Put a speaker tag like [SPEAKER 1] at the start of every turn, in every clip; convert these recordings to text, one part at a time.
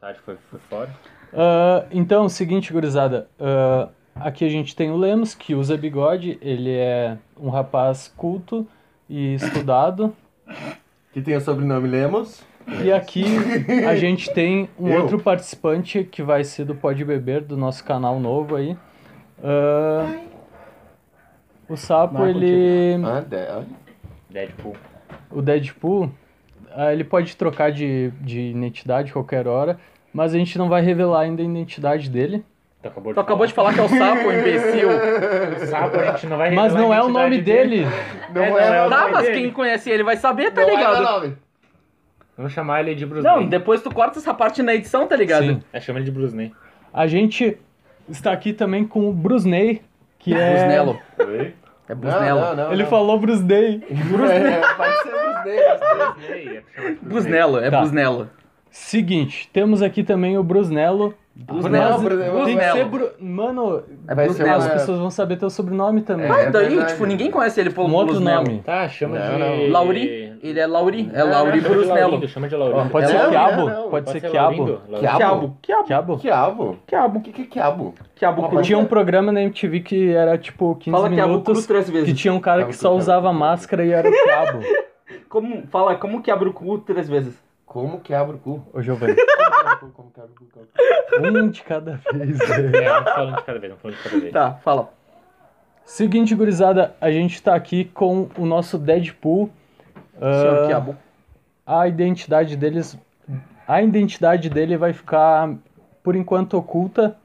[SPEAKER 1] Tati foi, foi fora.
[SPEAKER 2] Ah, então, seguinte, gurizada. Ah, aqui a gente tem o Lemos, que usa bigode. Ele é um rapaz culto e estudado.
[SPEAKER 3] Que tem o sobrenome Lemos.
[SPEAKER 2] E aqui a gente tem um
[SPEAKER 3] Eu?
[SPEAKER 2] outro participante que vai ser do Pode Beber, do nosso canal novo aí. Ah, o sapo,
[SPEAKER 4] Vai
[SPEAKER 2] ele.
[SPEAKER 3] Ah, de- olha.
[SPEAKER 1] Deadpool.
[SPEAKER 2] O Deadpool, ah, ele pode trocar de, de identidade a qualquer hora, mas a gente não vai revelar ainda a identidade dele.
[SPEAKER 1] Tu acabou de
[SPEAKER 4] Tu acabou de falar que é o sapo, imbecil.
[SPEAKER 1] falar. Sapo, a gente não vai
[SPEAKER 2] Mas
[SPEAKER 1] revelar
[SPEAKER 2] não
[SPEAKER 1] a
[SPEAKER 2] é o
[SPEAKER 1] identidade
[SPEAKER 2] nome dele.
[SPEAKER 3] Não
[SPEAKER 1] É,
[SPEAKER 3] é,
[SPEAKER 1] não é o
[SPEAKER 3] meu
[SPEAKER 4] Tá,
[SPEAKER 3] nome.
[SPEAKER 4] mas
[SPEAKER 1] dele.
[SPEAKER 4] quem conhece ele vai saber, tá
[SPEAKER 3] Não é meu
[SPEAKER 4] ligado?
[SPEAKER 3] nome.
[SPEAKER 1] Vamos chamar ele de Bruce
[SPEAKER 4] Não,
[SPEAKER 1] Wayne.
[SPEAKER 4] depois tu corta essa parte na edição, tá ligado?
[SPEAKER 2] Sim.
[SPEAKER 1] É, chama ele de Bruce Wayne.
[SPEAKER 2] A gente está aqui também com o Brusney, que é...
[SPEAKER 4] Brusnello.
[SPEAKER 1] Oi?
[SPEAKER 4] É
[SPEAKER 3] Não, não,
[SPEAKER 4] Brusnello.
[SPEAKER 3] não.
[SPEAKER 2] Ele
[SPEAKER 3] não.
[SPEAKER 2] falou Brusney.
[SPEAKER 3] É, pode ser Brusnello.
[SPEAKER 4] Brusnello, é
[SPEAKER 2] Tá.
[SPEAKER 4] Brusnello.
[SPEAKER 2] Seguinte, temos aqui também o Brusnello.
[SPEAKER 4] Brusnello,
[SPEAKER 2] Mas
[SPEAKER 3] Brusnello.
[SPEAKER 2] Tem que ser Bru... Mano,
[SPEAKER 3] Vai ser
[SPEAKER 2] Brusnello,
[SPEAKER 3] uma-
[SPEAKER 2] É as pessoas vão saber teu sobrenome também.
[SPEAKER 3] É,
[SPEAKER 4] Ah, daí,
[SPEAKER 3] verdade.
[SPEAKER 4] tipo, ninguém conhece ele pelo
[SPEAKER 2] um outro
[SPEAKER 4] Brusnello.
[SPEAKER 2] nome.
[SPEAKER 1] Tá, chama
[SPEAKER 3] Não,
[SPEAKER 1] de...
[SPEAKER 3] não.
[SPEAKER 4] Lauri, ele é Lauri, é
[SPEAKER 1] Não, não,
[SPEAKER 4] Lauri
[SPEAKER 1] chama de
[SPEAKER 4] Brusnello.
[SPEAKER 1] Laurindo, Chama de
[SPEAKER 2] Ó,
[SPEAKER 1] Laurindo.
[SPEAKER 2] pode
[SPEAKER 3] É
[SPEAKER 2] ser
[SPEAKER 3] Lauro,
[SPEAKER 2] Quiabo,
[SPEAKER 3] né? Não,
[SPEAKER 2] pode ser Quiabo.
[SPEAKER 1] Laurindo, Laurindo.
[SPEAKER 3] Quiabo.
[SPEAKER 4] Quiabo,
[SPEAKER 2] Quiabo?
[SPEAKER 4] quiabo,
[SPEAKER 3] Quiabo?
[SPEAKER 4] quiabo,
[SPEAKER 3] O que que é quiabo?
[SPEAKER 4] quiabo cru.
[SPEAKER 2] Tinha um programa na MTV que era tipo 15
[SPEAKER 4] Fala quiabo
[SPEAKER 2] minutos
[SPEAKER 4] cru três
[SPEAKER 2] Que
[SPEAKER 4] vezes.
[SPEAKER 2] tinha um cara que
[SPEAKER 3] Quiabo,
[SPEAKER 2] só
[SPEAKER 3] quiabo.
[SPEAKER 2] usava máscara e era o quiabo.
[SPEAKER 4] Como, fala, como quiabo o cu três vezes?
[SPEAKER 3] Como que abre o cu?
[SPEAKER 2] Ô, Giovanni,
[SPEAKER 3] Como que abre o cu? Como que abre o cu?
[SPEAKER 2] um de cada vez. velho.
[SPEAKER 1] É, um falando de cada vez, um falando de cada vez.
[SPEAKER 4] Tá, fala.
[SPEAKER 2] Seguinte, gurizada, a gente tá aqui com o nosso Deadpool.
[SPEAKER 4] Senhor quiabo.
[SPEAKER 2] A identidade deles. A identidade dele vai ficar, por enquanto, oculta.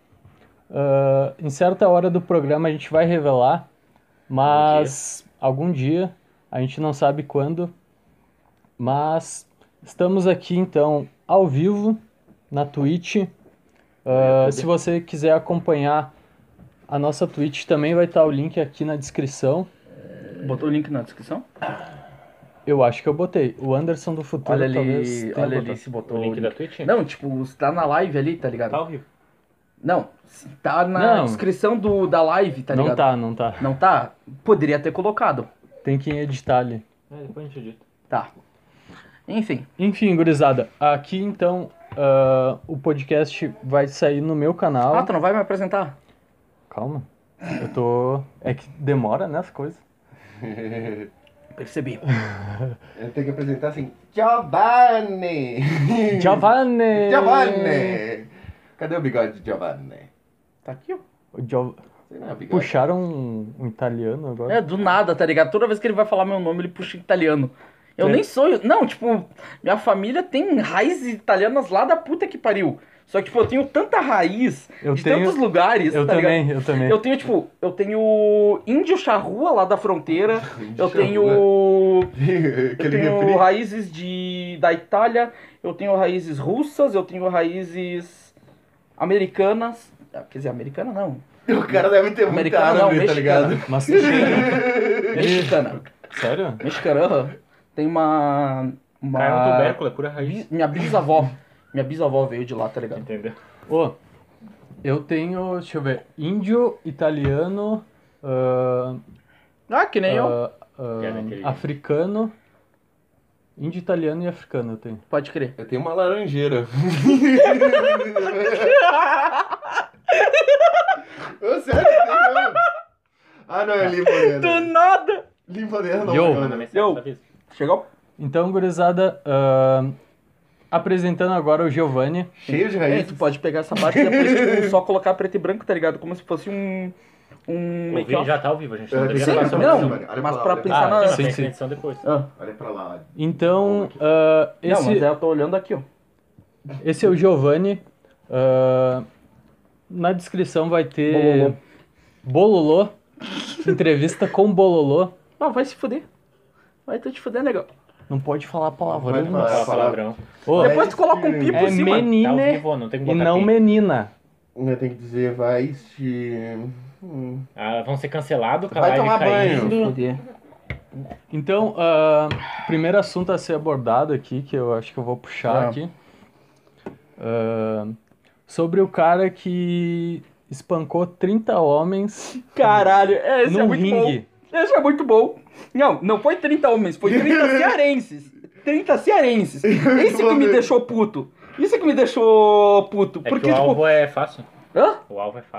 [SPEAKER 2] Ah, em certa hora do programa a gente vai revelar, mas algum dia, a gente não sabe quando. Mas estamos aqui então ao vivo na Twitch. Ah, se você quiser acompanhar a nossa Twitch, também vai estar o link aqui na descrição.
[SPEAKER 4] Botou o link na descrição?
[SPEAKER 2] Eu acho que eu botei. O Anderson do Futuro
[SPEAKER 4] Olha
[SPEAKER 2] talvez
[SPEAKER 4] ali,
[SPEAKER 2] tenha
[SPEAKER 4] olha ali
[SPEAKER 2] botado.
[SPEAKER 4] se botou
[SPEAKER 1] O link da Twitch?
[SPEAKER 4] Não, tipo, se tá na live ali, tá
[SPEAKER 1] Tá
[SPEAKER 4] ligado?
[SPEAKER 1] ao vivo.
[SPEAKER 4] Não, se tá na
[SPEAKER 2] Não.
[SPEAKER 4] descrição do, da live, tá
[SPEAKER 2] não
[SPEAKER 4] ligado?
[SPEAKER 2] tá, não tá.
[SPEAKER 4] Não tá? Poderia ter colocado.
[SPEAKER 2] Tem que editar ali.
[SPEAKER 1] É, depois a gente edita.
[SPEAKER 4] Tá. Enfim,
[SPEAKER 2] Enfim, gurizada, aqui então ah, o podcast vai sair no meu canal.
[SPEAKER 4] ah, tu não vai me apresentar?
[SPEAKER 2] Calma. Eu tô. É que demora, né, as coisas.
[SPEAKER 4] Percebi.
[SPEAKER 3] Eu tenho que apresentar assim, Giovanni!
[SPEAKER 2] Giovanni!
[SPEAKER 3] Giovanni! Cadê o bigode de Giovanni?
[SPEAKER 4] Tá aqui, ó.
[SPEAKER 2] O Gio-
[SPEAKER 3] Sei lá, bigode.
[SPEAKER 2] Puxaram um, um italiano agora.
[SPEAKER 4] É, do nada, tá ligado? Toda vez que ele vai falar meu nome, ele puxa italiano. Eu
[SPEAKER 2] É.
[SPEAKER 4] nem sou. Não, tipo, minha família tem raízes italianas lá da puta que pariu. Só que, tipo, eu tenho tanta raiz
[SPEAKER 2] Eu
[SPEAKER 4] de
[SPEAKER 2] tenho-
[SPEAKER 4] tantos lugares,
[SPEAKER 2] eu,
[SPEAKER 4] tá ligado?
[SPEAKER 2] também, né? eu também,
[SPEAKER 4] Eu tenho, tipo, eu tenho índio charrua lá da fronteira.
[SPEAKER 3] Índio
[SPEAKER 4] Eu
[SPEAKER 3] charrua.
[SPEAKER 4] tenho. Eu
[SPEAKER 3] Aquele
[SPEAKER 4] tenho
[SPEAKER 3] refri.
[SPEAKER 4] raízes de da Itália, eu tenho raízes russas, eu tenho raízes americanas. Ah, Quer dizer, americana não.
[SPEAKER 3] O cara deve ter muita
[SPEAKER 4] Americano não,
[SPEAKER 3] árabe, tá
[SPEAKER 4] mexicano.
[SPEAKER 3] ligado?
[SPEAKER 2] Mas tu tinha-
[SPEAKER 4] Mexicana.
[SPEAKER 2] Sério?
[SPEAKER 4] Mexicana, aham. tem uma. uma
[SPEAKER 1] Caiu um tubérculo, é cura raiz.
[SPEAKER 4] bis- minha bisavó. Minha bisavó veio de lá, tá ligado?
[SPEAKER 1] Entendeu?
[SPEAKER 2] Ô, eu tenho, deixa eu ver, índio, italiano, ah,
[SPEAKER 4] Ah, que nem eu.
[SPEAKER 2] ah, ah,
[SPEAKER 1] Piada inteligente.
[SPEAKER 2] africano. Índio, italiano e africano eu tenho.
[SPEAKER 4] Pode crer.
[SPEAKER 3] Eu tenho uma laranjeira. Ô, sério, tem não. Ah, não, é
[SPEAKER 4] Do
[SPEAKER 3] limoneira.
[SPEAKER 4] nada!
[SPEAKER 3] Limoneira não,
[SPEAKER 2] Yo.
[SPEAKER 3] mano.
[SPEAKER 4] Eu.
[SPEAKER 1] Tá aviso.
[SPEAKER 4] Chegou?
[SPEAKER 2] Então, gurizada, ah, apresentando agora o Giovanni.
[SPEAKER 3] Cheio de
[SPEAKER 4] É,
[SPEAKER 3] raiz.
[SPEAKER 4] tu pode pegar essa parte e depois tipo, só colocar preto e branco, tá ligado? Como se fosse um. Um
[SPEAKER 1] O
[SPEAKER 4] make-off.
[SPEAKER 1] vídeo já tá ao vivo, a gente
[SPEAKER 3] É,
[SPEAKER 1] não
[SPEAKER 3] sim,
[SPEAKER 1] devia falar sobre
[SPEAKER 4] não,
[SPEAKER 1] isso.
[SPEAKER 3] Olha né? pra
[SPEAKER 4] mas
[SPEAKER 3] lá,
[SPEAKER 4] pra
[SPEAKER 3] olha
[SPEAKER 4] pensar
[SPEAKER 2] pra
[SPEAKER 4] na.
[SPEAKER 2] lá.
[SPEAKER 1] Mas
[SPEAKER 2] Sim,
[SPEAKER 1] tem
[SPEAKER 2] sim.
[SPEAKER 1] edição depois.
[SPEAKER 4] Ah,
[SPEAKER 3] Olha pra lá.
[SPEAKER 2] Então, ah,
[SPEAKER 4] não,
[SPEAKER 2] esse,
[SPEAKER 4] mas é, eu tô olhando aqui, ó.
[SPEAKER 2] esse é o Giovanni. Ah, na descrição vai ter Bololô. Entrevista com Bololô.
[SPEAKER 4] Não, vai se fuder. Vai tu te fuder, negão.
[SPEAKER 2] Não pode falar palavrão.
[SPEAKER 3] Pode
[SPEAKER 2] mas-
[SPEAKER 3] falar.
[SPEAKER 1] Fala palavrão.
[SPEAKER 2] Ô,
[SPEAKER 3] É
[SPEAKER 4] Depois tu coloca um pi
[SPEAKER 3] isso,
[SPEAKER 4] por
[SPEAKER 2] é
[SPEAKER 4] cima.
[SPEAKER 1] Tá ao
[SPEAKER 2] menine
[SPEAKER 1] vivo, não tem que
[SPEAKER 2] e
[SPEAKER 1] botar
[SPEAKER 2] não
[SPEAKER 1] pi.
[SPEAKER 2] menina.
[SPEAKER 3] Eu tenho que dizer, vai se... Hum.
[SPEAKER 1] Ah, vão ser cancelados,
[SPEAKER 3] Vai tomar banho.
[SPEAKER 4] Fuder.
[SPEAKER 2] Então, ah, primeiro assunto a ser abordado aqui, que eu acho que eu vou puxar
[SPEAKER 4] Ah.
[SPEAKER 2] aqui. Ah, sobre o cara que espancou 30 homens
[SPEAKER 4] Caralho, é, esse
[SPEAKER 2] num
[SPEAKER 4] é muito
[SPEAKER 2] ringue.
[SPEAKER 4] bom. Esse é muito bom. Não, não foi 30 homens, foi 30 cearenses. 30 cearenses. Esse que me deixou puto. Isso é que me deixou puto.
[SPEAKER 1] É
[SPEAKER 4] porque,
[SPEAKER 1] que o
[SPEAKER 4] tipo.
[SPEAKER 1] alvo é fácil.
[SPEAKER 4] Hã?
[SPEAKER 1] O alvo é fácil.